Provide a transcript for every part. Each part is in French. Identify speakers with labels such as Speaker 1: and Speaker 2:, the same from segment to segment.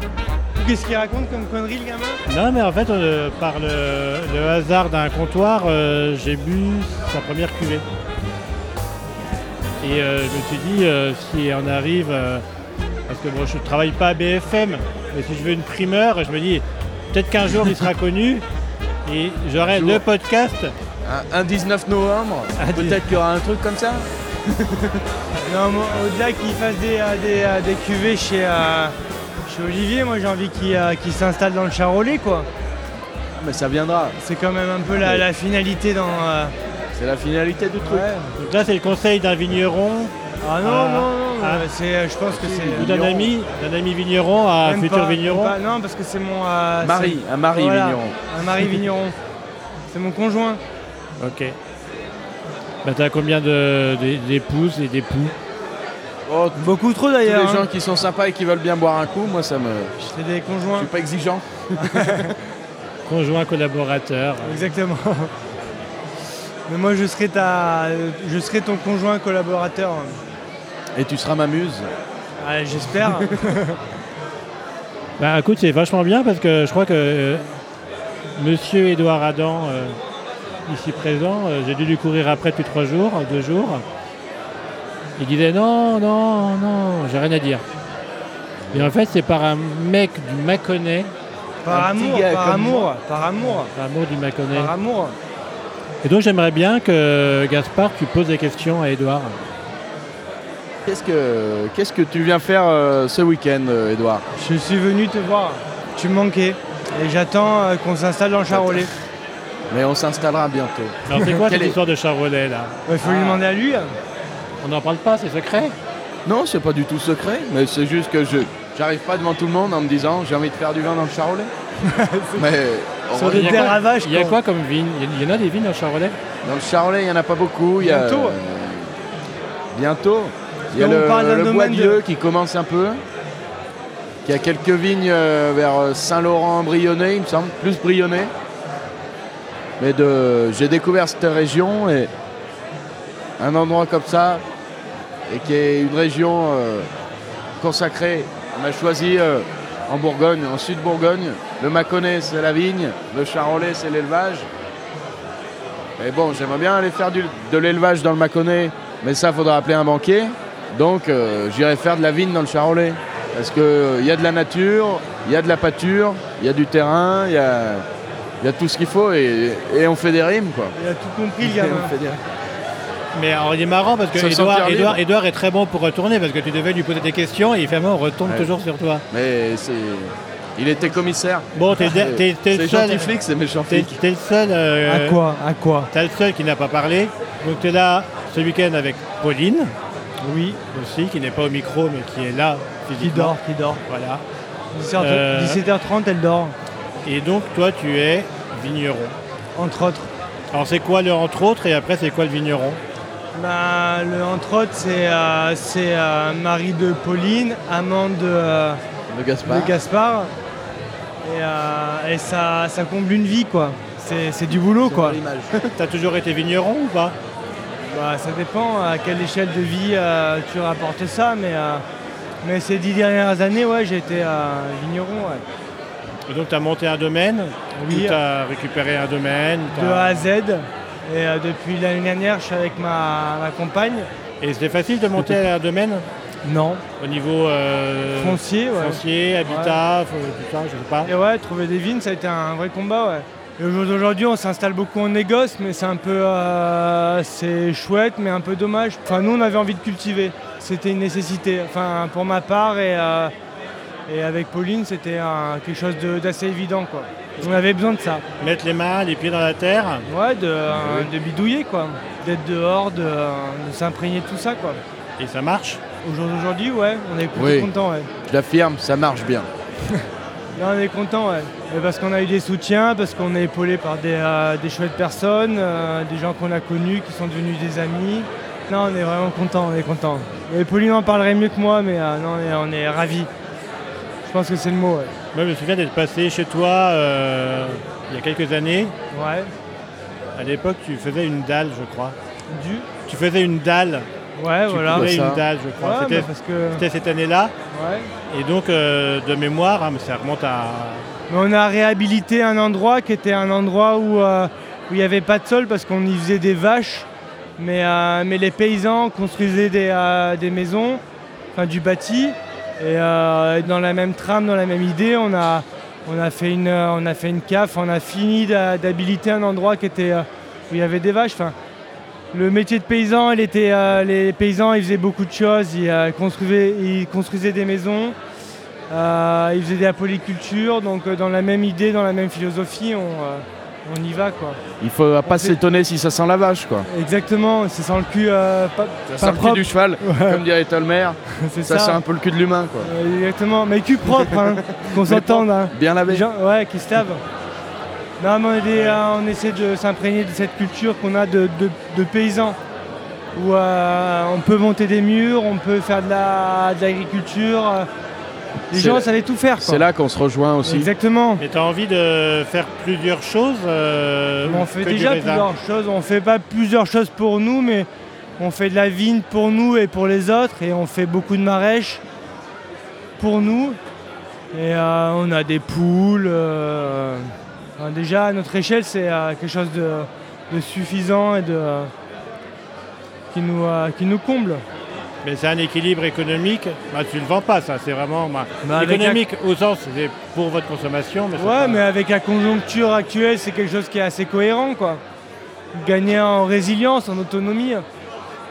Speaker 1: Ou qu'est-ce qu'il raconte comme connerie le gamin
Speaker 2: Non, mais en fait, euh, par le, le hasard d'un comptoir, euh, j'ai bu sa première cuvée. Et euh, je me suis dit, euh, si on arrive, euh, parce que bon, je ne travaille pas à BFM, mais si je veux une primeur, je me dis, peut-être qu'un jour il sera connu et j'aurai
Speaker 3: jour.
Speaker 2: le podcast.
Speaker 3: Un, un 19 novembre,
Speaker 2: Ah, dis-
Speaker 3: peut-être qu'il y aura un truc comme ça.
Speaker 1: Non, moi, au-delà qu'il fasse des, euh, des, euh, des cuvées chez, euh, chez Olivier, moi j'ai envie qu'il euh, qu'il s'installe dans le Charolais quoi.
Speaker 3: Ah, Mais ça viendra,
Speaker 1: C'est quand même un peu la, la finalité dans. euh,
Speaker 3: c'est la finalité du truc.
Speaker 1: ouais.
Speaker 2: Donc là, c'est le conseil d'un vigneron
Speaker 1: Ah non,
Speaker 2: Ah,
Speaker 1: non, non,
Speaker 2: ah.
Speaker 1: euh, c'est, euh, je pense que c'est. euh,
Speaker 2: ou d'un ami, d'un ami vigneron à un
Speaker 1: Même
Speaker 2: futur
Speaker 1: pas, même
Speaker 2: vigneron.
Speaker 1: pas, Non, parce que c'est mon. euh,
Speaker 3: Marie,
Speaker 1: c'est-
Speaker 3: un mari
Speaker 1: voilà,
Speaker 3: vigneron.
Speaker 1: Un mari vigneron. C'est mon conjoint.
Speaker 2: Ok. Bah, t'as combien de- de- d'épouses et d'époux
Speaker 3: Oh, tous
Speaker 1: Beaucoup trop
Speaker 3: les
Speaker 1: d'ailleurs. hein.
Speaker 3: gens qui sont sympas et qui veulent bien boire un coup, moi ça me.
Speaker 1: C'est des
Speaker 3: Je
Speaker 1: conjoints.
Speaker 3: suis pas exigeant.
Speaker 2: Conjoints, collaborateurs
Speaker 1: Exactement. Mais moi je serai ta. Je serai ton conjoint collaborateur. hein.
Speaker 3: Et tu seras ma muse.
Speaker 1: Ah, J'espère.
Speaker 2: Bah écoute, c'est vachement bien parce que je crois que euh, Monsieur Édouard Adam, euh, ici présent, euh, j'ai dû lui courir après depuis trois jours, euh, deux jours. Il disait non, non, non, j'ai rien à dire. Et en fait, c'est par un mec du Mâconnais,
Speaker 1: par
Speaker 3: Un petit
Speaker 1: amour,
Speaker 3: gars
Speaker 1: par
Speaker 3: comme
Speaker 1: amour, par amour,
Speaker 2: par amour du Mâconnais.
Speaker 1: par amour.
Speaker 2: Et donc j'aimerais bien que Gaspard, tu poses des questions à Édouard.
Speaker 3: Qu'est-ce que, qu'est-ce que tu viens faire euh, ce week-end, euh, Edouard
Speaker 1: Je suis venu te voir. Tu me manquais. Et j'attends euh, qu'on s'installe dans le Charolais.
Speaker 3: Mais on s'installera bientôt.
Speaker 2: Alors c'est quoi
Speaker 3: Quel
Speaker 2: cette
Speaker 3: est-
Speaker 2: histoire de Charolais là
Speaker 1: Il faut lui demander à lui.
Speaker 2: On n'en parle pas, c'est secret
Speaker 3: Non, c'est pas du tout secret, mais c'est juste que je j'arrive pas devant tout le monde en me disant j'ai envie de faire du vin dans le Charolais. mais on-
Speaker 1: Sur
Speaker 2: Il
Speaker 1: des
Speaker 2: y a
Speaker 1: terres
Speaker 2: quoi-
Speaker 1: à vaches,
Speaker 2: Il y a
Speaker 1: quoi.
Speaker 2: quoi comme vigne Il y en a des vignes en Charolais
Speaker 3: dans le Charolais, il y en a pas beaucoup. Il y a, euh,
Speaker 1: Bientôt.
Speaker 3: bientôt. Il y a
Speaker 1: Parce qu'on
Speaker 3: le,
Speaker 1: parle d'un
Speaker 3: le
Speaker 1: domaine
Speaker 3: bois
Speaker 1: de-
Speaker 3: Dieu qui commence un peu. Il y a quelques vignes euh, vers euh, Saint-Laurent-Brionnais, il me semble, plus Brionnais. Mais de, j'ai découvert cette région et un endroit comme ça, et qui est une région euh, consacrée. On a choisi euh, en Bourgogne, en Sud-Bourgogne. Le Mâconnais, c'est la vigne. Le Charolais, c'est l'élevage. Mais bon, j'aimerais bien aller faire du- de l'élevage dans le Mâconnais, mais ça, faudra appeler un banquier. Donc, euh, j'irai faire de la vigne dans le Charolais. Parce qu'il y a de la nature, il y a de la pâture, il y a du terrain, il y a, il y a tout ce qu'il faut et, et on fait des rimes, quoi.
Speaker 1: Il a tout compris le
Speaker 3: Et
Speaker 1: gamin.
Speaker 3: on fait des rimes.
Speaker 2: Mais alors, il est marrant parce que
Speaker 3: Se
Speaker 2: Edouard,
Speaker 3: sentir libre.
Speaker 2: Edouard- Edouard est très bon pour retourner parce que tu devais lui poser des questions et finalement on retombe
Speaker 3: Ouais.
Speaker 2: toujours sur toi.
Speaker 3: Mais c'est... Il était commissaire.
Speaker 2: Bon, t'es de- t'es- t'es le
Speaker 3: C'est
Speaker 2: seul.
Speaker 3: gentil flic, c'est méchant
Speaker 2: T'es
Speaker 3: flic.
Speaker 2: t'es le seul. euh,
Speaker 1: À quoi À quoi
Speaker 2: T'as le seul qui n'a pas parlé. Donc t'es là ce week-end avec Pauline
Speaker 1: Oui,
Speaker 2: aussi, qui n'est pas au micro mais qui est là
Speaker 1: qui
Speaker 2: physiquement.
Speaker 1: dort, qui dort.
Speaker 2: Voilà.
Speaker 1: 17h30,
Speaker 2: Euh.
Speaker 1: elle dort,
Speaker 2: Et donc toi tu es vigneron.
Speaker 1: entre autres.
Speaker 2: Alors c'est quoi le entre autres et après c'est quoi le vigneron
Speaker 1: Bah, le entre autres, c'est euh, c'est, euh, Marie de Pauline, amante de, euh,
Speaker 3: Le
Speaker 1: de
Speaker 3: Gaspard.
Speaker 1: Gaspard. Et, euh, et ça, ça comble une vie, quoi. C'est c'est du boulot, quoi.
Speaker 2: T'as toujours été vigneron ou pas
Speaker 1: Bah, ça dépend à quelle échelle de vie euh, tu rapportes ça, mais, euh, mais ces dix dernières années, ouais, j'ai été euh, vigneron, ouais.
Speaker 2: Et Donc t'as monté un domaine
Speaker 1: Oui.
Speaker 2: ou t'as récupéré un domaine
Speaker 1: de
Speaker 2: t'as-
Speaker 1: A à Z. Et euh, depuis l'année dernière, je suis avec ma, ma compagne.
Speaker 2: Et c'était facile de monter un domaine
Speaker 1: Non.
Speaker 2: Au niveau euh,
Speaker 1: Foncier, ouais.
Speaker 2: foncier, habitat, fo- tout ça, je sais pas.
Speaker 1: Et ouais, trouver des vignes, ça a été un vrai combat, ouais. Et au jour d'aujourd'hui, on s'installe beaucoup en négoce, mais c'est un peu. euh, c'est chouette, mais un peu dommage. Enfin, nous, on avait envie de cultiver. C'était une nécessité. Enfin, pour ma part, et, euh, et avec Pauline, c'était un- quelque chose de- d'assez évident, quoi. On avait besoin de ça.
Speaker 2: Mettre les mains, les pieds dans la terre.
Speaker 1: Ouais, de, euh, de bidouiller, quoi. D'être dehors, de, euh, de s'imprégner de tout ça, quoi.
Speaker 2: Et ça marche.
Speaker 1: Au jour d'aujourd'hui, ouais, on est plutôt
Speaker 3: Oui.
Speaker 1: content, ouais.
Speaker 3: Je l'affirme, ça marche bien.
Speaker 1: Là, on est content, ouais. Et parce qu'on a eu des soutiens, parce qu'on est épaulé par des, euh, des chouettes personnes, euh, des gens qu'on a connus, qui sont devenus des amis. Non, on est vraiment content, on est content. Et Pauline en parlerait mieux que moi, mais euh, non, on est, on est ravis. Je pense que c'est le mot, ouais.
Speaker 2: Moi, je me souviens d'être passé chez toi euh, il y a quelques années.
Speaker 1: Ouais.
Speaker 2: À l'époque, tu faisais une dalle, je crois.
Speaker 1: Du
Speaker 2: Tu faisais une dalle
Speaker 1: Ouais,
Speaker 3: Tu
Speaker 1: voilà.
Speaker 3: peux-
Speaker 2: avait
Speaker 3: ça.
Speaker 2: une date, je crois.
Speaker 1: Ouais,
Speaker 2: bah, C'était-
Speaker 1: mais parce que.
Speaker 2: C'était cette année-là.
Speaker 1: ouais.
Speaker 2: Et donc, euh, de mémoire, hein, mais ça remonte à.
Speaker 1: Mais on a réhabilité un endroit qui était un endroit où euh, où il n'y avait pas de sol parce qu'on y faisait des vaches. Mais, euh, mais les paysans construisaient des, euh, des maisons, enfin du bâti. Et euh, et dans la même trame, dans la même idée, on a, on a, fait, une, euh, on a fait une CAF, on a fini d'a- d'habiliter un endroit qui était, euh, où il y avait des vaches. Enfin, le métier de paysan, il était, euh, les paysans ils faisaient beaucoup de choses. Ils, euh, construisaient, ils construisaient des maisons, euh, ils faisaient de la polyculture. Donc euh, dans la même idée, dans la même philosophie, on, euh, on y va. quoi.
Speaker 3: Il faut pas
Speaker 1: fait-
Speaker 3: s'étonner si ça sent la vache, quoi.
Speaker 1: Exactement, c'est sans le cul euh, pas, pas
Speaker 3: Ça sent le cul
Speaker 1: propre.
Speaker 3: du cheval, comme dirait Tolmer.
Speaker 1: c'est
Speaker 3: Ça,
Speaker 1: ça.
Speaker 3: sent un peu le cul de l'humain, quoi.
Speaker 1: Euh, Exactement, mais cul propre, hein, qu'on s'entende. hein. Les
Speaker 3: Bien lavé.
Speaker 1: gens, ouais, qui se lavent. Non, mais on, est des- euh, on essaie de s'imprégner de cette culture qu'on a de, de- de paysans, où euh, on peut monter des murs, on peut faire de la- de l'agriculture. euh, les
Speaker 3: C'est-
Speaker 1: gens savaient tout faire. quoi.
Speaker 3: C'est là qu'on se rejoint aussi.
Speaker 1: Exactement.
Speaker 2: Mais t'as envie de faire plusieurs choses euh,
Speaker 1: on
Speaker 2: ou
Speaker 1: fait
Speaker 2: que du
Speaker 1: déjà
Speaker 2: raisin
Speaker 1: plusieurs choses. On fait pas plusieurs choses pour nous, mais on fait de la vigne pour nous et pour les autres, et on fait beaucoup de maraîches pour nous. Et euh, on a des poules. euh, enfin, déjà, à notre échelle, c'est euh, quelque chose de, de suffisant et de qui nous euh, qui nous comble.
Speaker 2: Mais c'est un équilibre économique. Bah, tu ne le vends pas, ça. C'est vraiment bah,
Speaker 1: Bah, avec
Speaker 2: économique au sens c'est pour votre consommation. Mais c'est
Speaker 1: Ouais,
Speaker 2: pas-
Speaker 1: mais avec la conjoncture actuelle, c'est quelque chose qui est assez cohérent, quoi. Gagner en résilience, en autonomie. Et,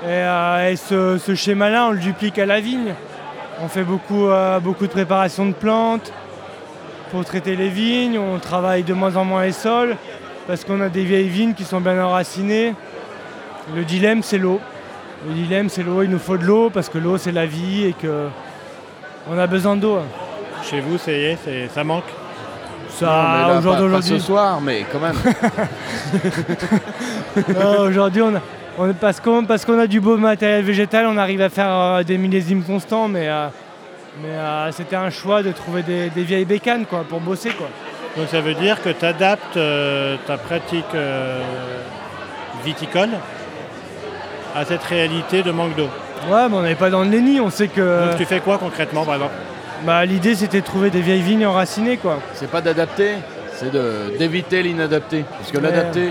Speaker 1: euh, et ce, ce schéma-là, on le duplique à la vigne. On fait beaucoup, euh, beaucoup de préparation de plantes pour traiter les vignes. On travaille de moins en moins les sols parce qu'on a des vieilles vignes qui sont bien enracinées. Le dilemme, c'est l'eau. Le dilemme, c'est l'eau. Il nous faut de l'eau parce que l'eau, c'est la vie et que on a besoin d'eau.
Speaker 2: Chez vous, ça y est, c'est- ça manque.
Speaker 3: Mais
Speaker 1: Ça,
Speaker 3: là,
Speaker 1: Ah, au jour
Speaker 3: pas- pas ce
Speaker 1: d'aujourd'hui,
Speaker 3: soir, mais quand même.
Speaker 1: Non, Aujourd'hui, on a- on- parce qu'on parce qu'on a du beau matériel végétal, on arrive à faire euh, des millésimes constants, mais, euh, mais euh, c'était un choix de trouver des, des vieilles bécanes quoi, pour bosser. Quoi.
Speaker 2: Donc ça veut dire que tu adaptes ta pratique euh, viticole à cette réalité de manque d'eau.
Speaker 1: Ouais, mais on n'est pas dans le déni, on sait que
Speaker 2: Donc tu fais quoi concrètement, par exemple
Speaker 1: bah, l'idée c'était de trouver des vieilles vignes enracinées. Quoi.
Speaker 3: C'est pas d'adapter, c'est de- d'éviter l'inadapté. Parce que
Speaker 1: Ouais.
Speaker 3: l'adapté,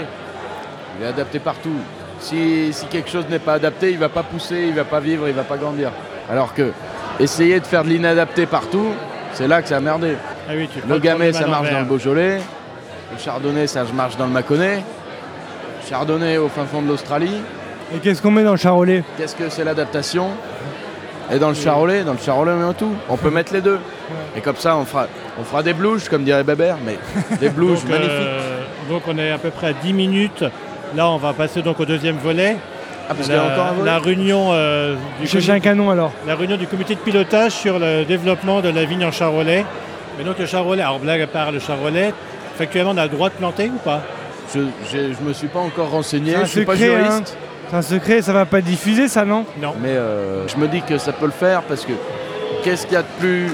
Speaker 3: il est adapté partout. Si, si quelque chose n'est pas adapté, il va pas pousser, il va pas vivre, il va pas grandir. Alors que essayer de faire de l'inadapté partout, c'est là que ça a merdé.
Speaker 2: Ah oui, tu prends
Speaker 3: Le gamay,
Speaker 2: problème à
Speaker 3: ça marche dans
Speaker 2: l'envers.
Speaker 3: le Beaujolais. Le chardonnay, ça marche dans le Mâconnais. Chardonnay au fin fond de l'Australie.
Speaker 1: Et qu'est-ce qu'on met dans le charolais
Speaker 3: Qu'est-ce que c'est l'adaptation Et dans le charolais, dans le charolais, on met en tout. On peut mettre les deux. Et comme ça, on fera, on fera des blouses, comme dirait Bébert, mais des blouses
Speaker 2: Donc,
Speaker 3: magnifiques.
Speaker 2: euh, donc on est à peu près à 10 minutes. Là, on va passer donc au deuxième volet.
Speaker 3: Ah, parce qu'il y a encore
Speaker 2: La,
Speaker 3: un volet
Speaker 2: la réunion, euh, du
Speaker 1: Chercher un
Speaker 2: comité,
Speaker 1: canon alors.
Speaker 2: la réunion du comité de pilotage sur le développement de la vigne en Charolais. Mais donc le Charolais, alors blague à part le Charolais, factuellement on a le droit de planter ou pas
Speaker 3: Je, je, je me suis pas encore renseigné,
Speaker 1: C'est un
Speaker 3: je suis pas
Speaker 1: secret, hein.
Speaker 3: juriste.
Speaker 1: C'est un secret, ça va pas diffuser ça, non
Speaker 2: Non.
Speaker 3: Mais euh, je me dis que ça peut le faire parce que qu'est-ce qu'il y a de plus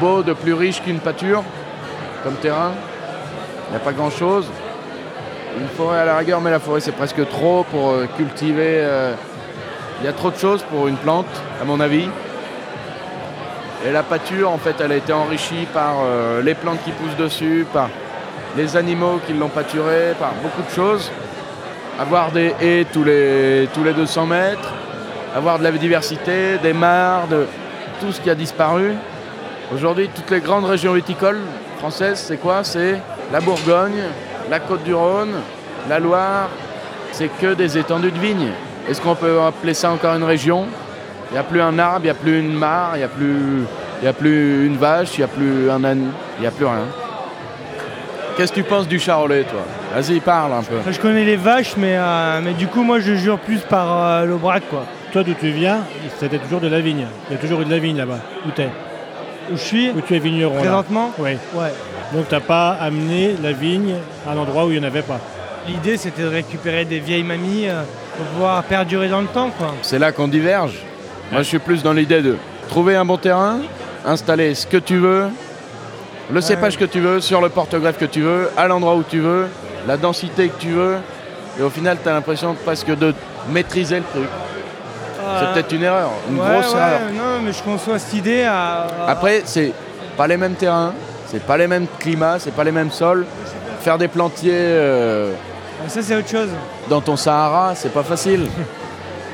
Speaker 3: beau, de plus riche qu'une pâture comme terrain Il n'y a pas grand-chose. Une forêt à la rigueur, mais la forêt c'est presque trop pour euh, cultiver. euh, Il y a trop de choses pour une plante, à mon avis. Et la pâture, en fait, elle a été enrichie par euh, les plantes qui poussent dessus, par les animaux qui l'ont pâturée, par beaucoup de choses. Avoir des haies tous les, tous les 200 mètres, avoir de la diversité, des mares, de tout ce qui a disparu. Aujourd'hui, toutes les grandes régions viticoles françaises, c'est quoi C'est la Bourgogne, la Côte-du-Rhône, la Loire. C'est que des étendues de vignes. Est-ce qu'on peut appeler ça encore une région Il n'y a plus un arbre, il n'y a plus une mare, il n'y a, plus- il y a plus une vache, il n'y a plus un âne, il n'y a plus rien. Qu'est-ce que tu penses du charolais, toi Vas-y, parle un peu.
Speaker 1: Enfin, Je connais les vaches, mais, euh, mais du coup, moi je jure plus par euh, l'Aubrac. quoi.
Speaker 2: Toi d'où tu viens, c'était toujours de la vigne. Il y a toujours eu de la vigne là-bas, où t'es,
Speaker 1: Où je suis
Speaker 2: où tu es vigneron. là.
Speaker 1: présentement
Speaker 2: Oui.
Speaker 1: Ouais.
Speaker 2: Donc t'as pas amené la vigne à un endroit où il n'y en avait pas.
Speaker 1: L'idée c'était de récupérer des vieilles mamies euh, pour pouvoir perdurer dans le temps quoi.
Speaker 3: C'est là qu'on diverge. Moi, je suis plus dans l'idée de trouver un bon terrain, installer ce que tu veux, le cépage que tu veux, sur le porte-greffe que tu veux, à l'endroit où tu veux, la densité que tu veux. Et au final, tu as l'impression presque de maîtriser le truc. C'est
Speaker 1: euh,
Speaker 3: peut-être une erreur, une
Speaker 1: ouais,
Speaker 3: grosse
Speaker 1: ouais,
Speaker 3: erreur.
Speaker 1: Non, mais je conçois cette idée à. à-
Speaker 3: Après, c'est pas les mêmes terrains, c'est pas les mêmes climats, c'est pas les mêmes sols. Faire des plantiers euh,
Speaker 1: Ça, c'est autre chose.
Speaker 3: dans ton Sahara, c'est pas facile.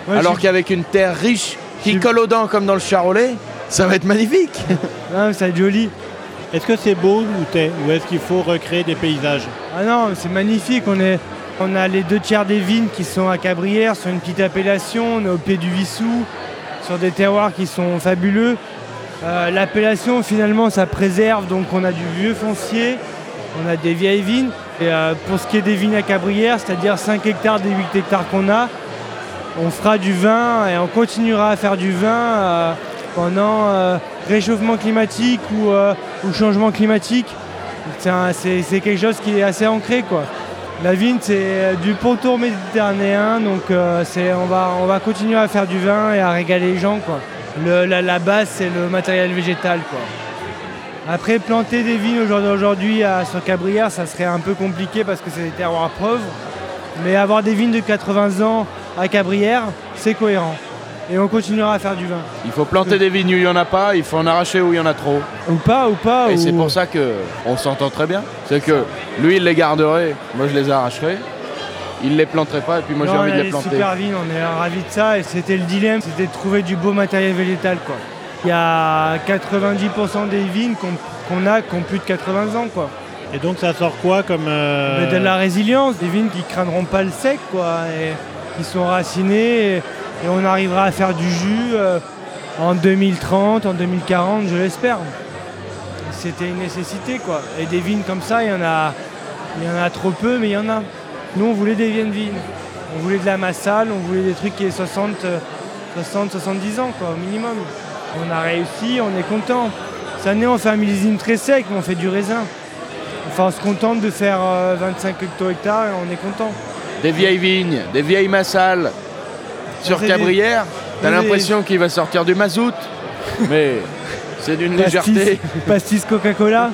Speaker 1: Moi,
Speaker 3: Alors
Speaker 1: je-
Speaker 3: qu'avec une terre riche qui
Speaker 1: J'ai-
Speaker 3: colle aux dents comme dans le Charolais, ça va être magnifique.
Speaker 1: Non, mais Ah, ça va être joli.
Speaker 2: Est-ce que c'est beau ou, t'es- ou est-ce qu'il faut recréer des paysages
Speaker 1: Ah non, c'est magnifique. On, est, on a les deux tiers des vignes qui sont à Cabrières, sur une petite appellation. On est au pied du Vissou, sur des terroirs qui sont fabuleux. Euh, L'appellation, finalement, ça préserve. Donc, on a du vieux foncier, on a des vieilles vignes. Et euh, pour ce qui est des vignes à Cabrières, c'est-à-dire 5 hectares des 8 hectares qu'on a, on fera du vin et on continuera à faire du vin euh, pendant euh, réchauffement climatique ou, euh, ou changement climatique. C'est un- C'est c'est quelque chose qui est assez ancré quoi. La vigne c'est euh, du pourtour méditerranéen, donc euh, c'est- on, va, on va continuer à faire du vin et à régaler les gens quoi. Le- la, la base c'est le matériel végétal quoi. Après planter des vignes aujourd'hui- aujourd'hui à- sur Cabrières ça serait un peu compliqué parce que c'est des terroirs à preuve. Mais avoir des vignes de 80 ans à Cabrières, c'est cohérent. Et on continuera à faire du vin.
Speaker 3: Il faut planter des vignes où il n'y en a pas, il faut en arracher où il y en a trop.
Speaker 1: Ou pas, ou pas.
Speaker 3: Et
Speaker 1: Ah, ou-
Speaker 3: c'est pour ça que on s'entend très bien. C'est que lui, il les garderait, moi je les arracherais. Il les planterait pas et puis moi j'ai
Speaker 1: Non,
Speaker 3: envie
Speaker 1: on a
Speaker 3: de les
Speaker 1: les
Speaker 3: planter.
Speaker 1: super vignes, on est ravis de ça. Et c'était le dilemme, c'était de trouver du beau matériel végétal. Quoi. Il y a 90% des vignes qu'on qu'on a qui ont plus de 80 ans. Quoi.
Speaker 2: Et donc ça sort quoi comme... euh,
Speaker 1: Mais de la résilience, des vignes qui craindront pas le sec, quoi, et qui sont racinées. Et, et on arrivera à faire du jus euh, en 2030, en 2040, je l'espère. C'était une nécessité, quoi. Et des vignes comme ça, il y en a, il y en a trop peu, mais il y en a. Nous, on voulait des viennes vignes. On voulait de la massale, on voulait des trucs qui aient 60, euh, 60, 70 ans, quoi, au minimum. On a réussi, on est content. Cette année, on fait un millésime très sec, mais on fait du raisin. Enfin, on se contente de faire euh, 25 hecto-hectares et on est content.
Speaker 3: Des vieilles vignes, des vieilles massales sur
Speaker 1: c'est
Speaker 3: Cabrières. T'as
Speaker 1: des-
Speaker 3: l'impression qu'il va sortir du mazout, mais c'est d'une légèreté.
Speaker 1: Pastis- Pastis Coca-Cola.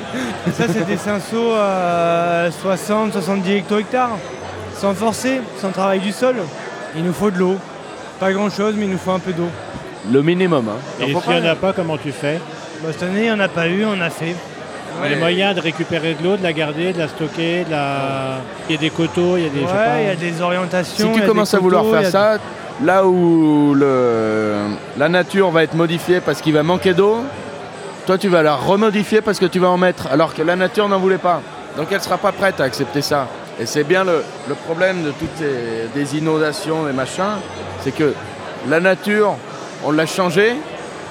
Speaker 1: Ça, c'est des cinceaux euh, 60, 70 hecto-hectares. Sans forcer, sans travail du sol. Il nous faut de l'eau. Pas grand-chose, mais il nous faut un peu d'eau.
Speaker 3: Le minimum. hein.
Speaker 2: Et
Speaker 3: Faut
Speaker 2: s'il n'y en
Speaker 3: pas-
Speaker 2: a pas, comment tu fais
Speaker 1: Bah, cette année, il n'y en a pas eu, on a fait.
Speaker 2: Les moyens de récupérer de l'eau, de la garder, de la stocker, de la... Il y a des coteaux, il y a des... je sais pas.
Speaker 1: Ouais, il y a des orientations.
Speaker 3: Si
Speaker 1: il y
Speaker 3: tu
Speaker 1: a
Speaker 3: commences
Speaker 1: des
Speaker 3: à vouloir
Speaker 1: coteaux, il y
Speaker 3: faire
Speaker 1: a-
Speaker 3: ça, là où le- la nature va être modifiée parce qu'il va manquer d'eau, toi tu vas la remodifier parce que tu vas en mettre, alors que la nature n'en voulait pas. Donc elle ne sera pas prête à accepter ça. Et c'est bien le, le problème de toutes ces des inondations et machins, c'est que la nature, on l'a changée.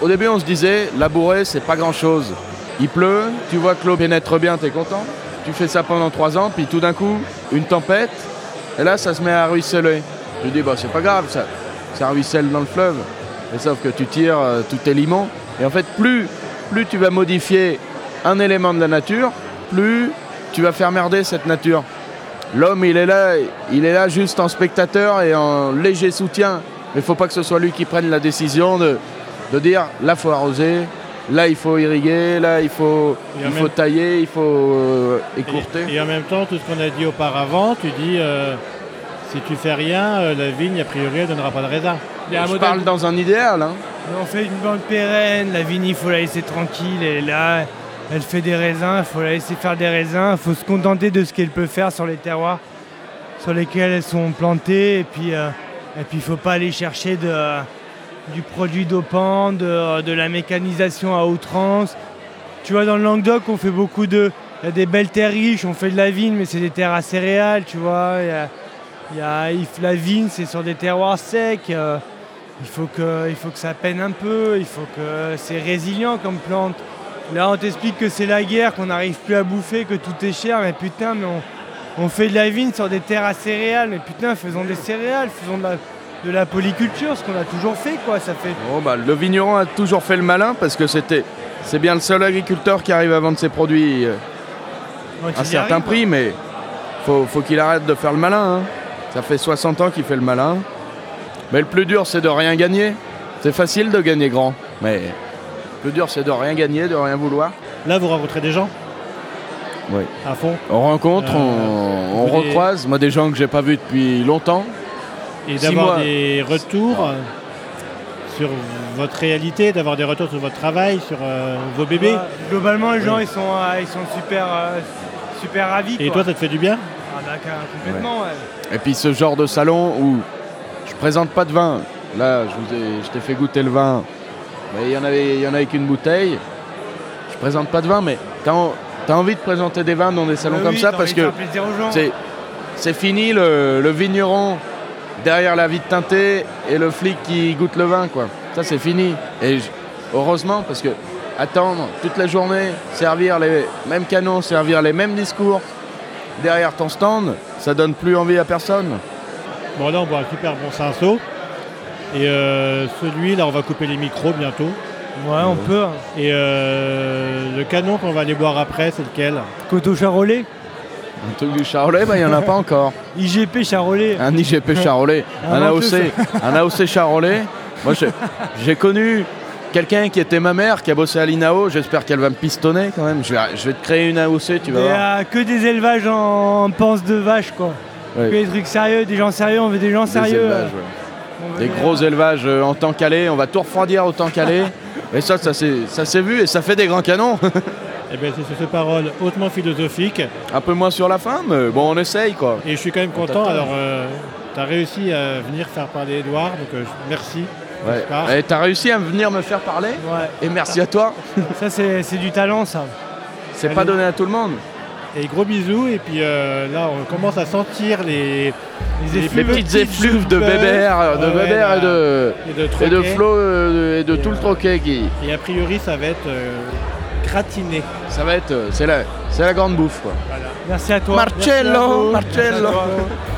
Speaker 3: Au début on se disait, labourer c'est pas grand chose. Il pleut, tu vois que l'eau pénètre bien, t'es content. Tu fais ça pendant trois ans, puis tout d'un coup, une tempête, et là, ça se met à ruisseler. Tu dis, bah, c'est pas grave, ça, ça ruisselle dans le fleuve. Et sauf que tu tires euh, tous tes limons. Et en fait, plus, plus tu vas modifier un élément de la nature, plus tu vas faire merder cette nature. L'homme, il est là, il est là juste en spectateur et en léger soutien. Mais il faut pas que ce soit lui qui prenne la décision de, de dire, là, faut arroser, là, il faut irriguer, là, il faut,
Speaker 2: Et en
Speaker 3: il
Speaker 2: même-
Speaker 3: faut tailler, il faut euh, écourter.
Speaker 2: Et, et en même temps, tout ce qu'on a dit auparavant, tu dis euh, si tu fais rien, euh, la vigne, a priori, elle donnera pas de raisin.
Speaker 4: Il y a un
Speaker 3: Je
Speaker 4: modèle
Speaker 3: parle dans un idéal, hein.
Speaker 1: Mais On fait une bande pérenne, la vigne, il faut la laisser tranquille, elle est là, elle fait des raisins, il faut la laisser faire des raisins, il faut se contenter de ce qu'elle peut faire sur les terroirs sur lesquels elles sont plantées, et puis euh, et puis il faut pas aller chercher de, euh, du produit dopant, de, de la mécanisation à outrance. Tu vois, dans le Languedoc, on fait beaucoup de... Il y a des belles terres riches, on fait de la vigne, mais c'est des terres à céréales, tu vois. Il y a- il y a- il f- la vigne, c'est sur des terroirs secs. euh, il faut, que, il faut que ça peine un peu, il faut que c'est résilient comme plante. Là, on t'explique que c'est la guerre, qu'on n'arrive plus à bouffer, que tout est cher, mais putain, mais on, on fait de la vigne sur des terres à céréales, mais putain, faisons des céréales, faisons de la, de la polyculture, ce qu'on a toujours fait, quoi. Ça fait
Speaker 3: Bon, bah, le vigneron a toujours fait le malin parce que c'était. C'est bien le seul agriculteur qui arrive à vendre ses produits euh,
Speaker 1: quand
Speaker 3: à un
Speaker 1: il y
Speaker 3: certain
Speaker 1: arrive,
Speaker 3: prix, mais faut, faut qu'il arrête de faire le malin. hein. Ça fait 60 ans qu'il fait le malin. Mais le plus dur, c'est de rien gagner. C'est facile de gagner grand, mais le plus dur, c'est de rien gagner, de rien vouloir.
Speaker 2: Là, vous rencontrez des gens
Speaker 3: Oui.
Speaker 2: À fond.
Speaker 3: On rencontre,
Speaker 2: Euh,
Speaker 3: on, on
Speaker 2: vous voulez-
Speaker 3: recroise. Moi, des gens que j'ai pas vus depuis longtemps.
Speaker 2: Et
Speaker 3: Six
Speaker 2: d'avoir
Speaker 3: mois.
Speaker 2: des retours. euh, sur votre réalité, d'avoir des retours sur votre travail, sur euh, vos bébés.
Speaker 1: Ouais, globalement, les gens, ils sont, euh, ils sont super, euh, super ravis.
Speaker 2: Et
Speaker 1: quoi.
Speaker 2: toi, ça te fait du bien
Speaker 1: Ah, bah, complètement, ouais.
Speaker 3: Et puis ce genre de salon où je présente pas de vin. Là, je, vous ai- je t'ai fait goûter le vin, mais il y en avait, il y en avait qu'une bouteille. Je présente pas de vin, mais t'as, en- t'as envie de présenter des vins dans des salons
Speaker 1: Bah
Speaker 3: comme
Speaker 1: oui,
Speaker 3: ça
Speaker 1: t'as
Speaker 3: parce
Speaker 1: envie de
Speaker 3: que
Speaker 1: faire plaisir aux gens.
Speaker 3: c'est, c'est fini le, le vigneron derrière la vitre teintée et le flic qui goûte le vin, quoi. Ça, c'est fini. Et j- heureusement, parce que attendre toute la journée, servir les mêmes canons, servir les mêmes discours derrière ton stand, ça donne plus envie à personne.
Speaker 2: Bon, là, on boit un super bon cinceau. Et euh, celui, là, on va couper les micros bientôt.
Speaker 1: Ouais, on peut. hein.
Speaker 2: Et euh, le canon qu'on va aller boire après, c'est lequel
Speaker 1: Coteau Charolais,
Speaker 3: Un truc du Charolais, bah, il n'y en a pas encore.
Speaker 1: IGP Charolais.
Speaker 3: Un IGP Charolais,
Speaker 1: Un
Speaker 3: un
Speaker 1: ventoux,
Speaker 3: AOC, un AOC Charolais. Moi, j'ai- j'ai connu quelqu'un qui était ma mère, qui a bossé à l'INAO. J'espère qu'elle va me pistonner quand même. Je vais, je vais te créer une AOC, tu vas
Speaker 1: Et,
Speaker 3: voir.
Speaker 1: euh, que des élevages en panse de vache, quoi.
Speaker 3: Ouais.
Speaker 1: Que des trucs sérieux, des gens sérieux, on veut des gens
Speaker 3: Des
Speaker 1: sérieux.
Speaker 3: élevages,
Speaker 1: euh,
Speaker 3: ouais.
Speaker 1: on veut
Speaker 3: Des gros élevages euh, en temps calé. On va tout refroidir au temps calé. Et ça, ça s'est ça s'est vu et ça fait des grands canons.
Speaker 2: Eh bien, c'est sur ces paroles hautement philosophiques.
Speaker 3: un peu moins sur la fin, mais bon, on essaye quoi.
Speaker 2: Et je suis quand même content.
Speaker 3: t'attend.
Speaker 2: Alors, tu as réussi à venir faire parler Edouard. Donc, euh, je- merci.
Speaker 3: Ouais.
Speaker 2: Oscar.
Speaker 3: Et t'as réussi à venir me faire parler.
Speaker 1: Ouais,
Speaker 3: Et merci à toi.
Speaker 1: ça c'est c'est du talent, ça.
Speaker 3: C'est pas donné à tout le monde.
Speaker 2: Et gros bisous. Et puis euh, là, on commence à sentir
Speaker 1: Les
Speaker 2: les,
Speaker 3: Les
Speaker 1: effluves.
Speaker 3: petites effluves de
Speaker 2: soupes,
Speaker 3: Bébert, de
Speaker 2: ouais,
Speaker 3: Bébert
Speaker 2: là.
Speaker 3: et de.
Speaker 2: et de,
Speaker 3: Et de
Speaker 2: troquets.
Speaker 3: Flo euh, de- et de tout le troquet qui.
Speaker 2: Et a priori, ça va être euh, gratiné.
Speaker 3: Ça va être. euh, C'est la, c'est la grande bouffe quoi.
Speaker 1: Merci à toi.
Speaker 3: Marcello,
Speaker 1: Merci à vous.
Speaker 3: Marcello.
Speaker 1: Merci à toi.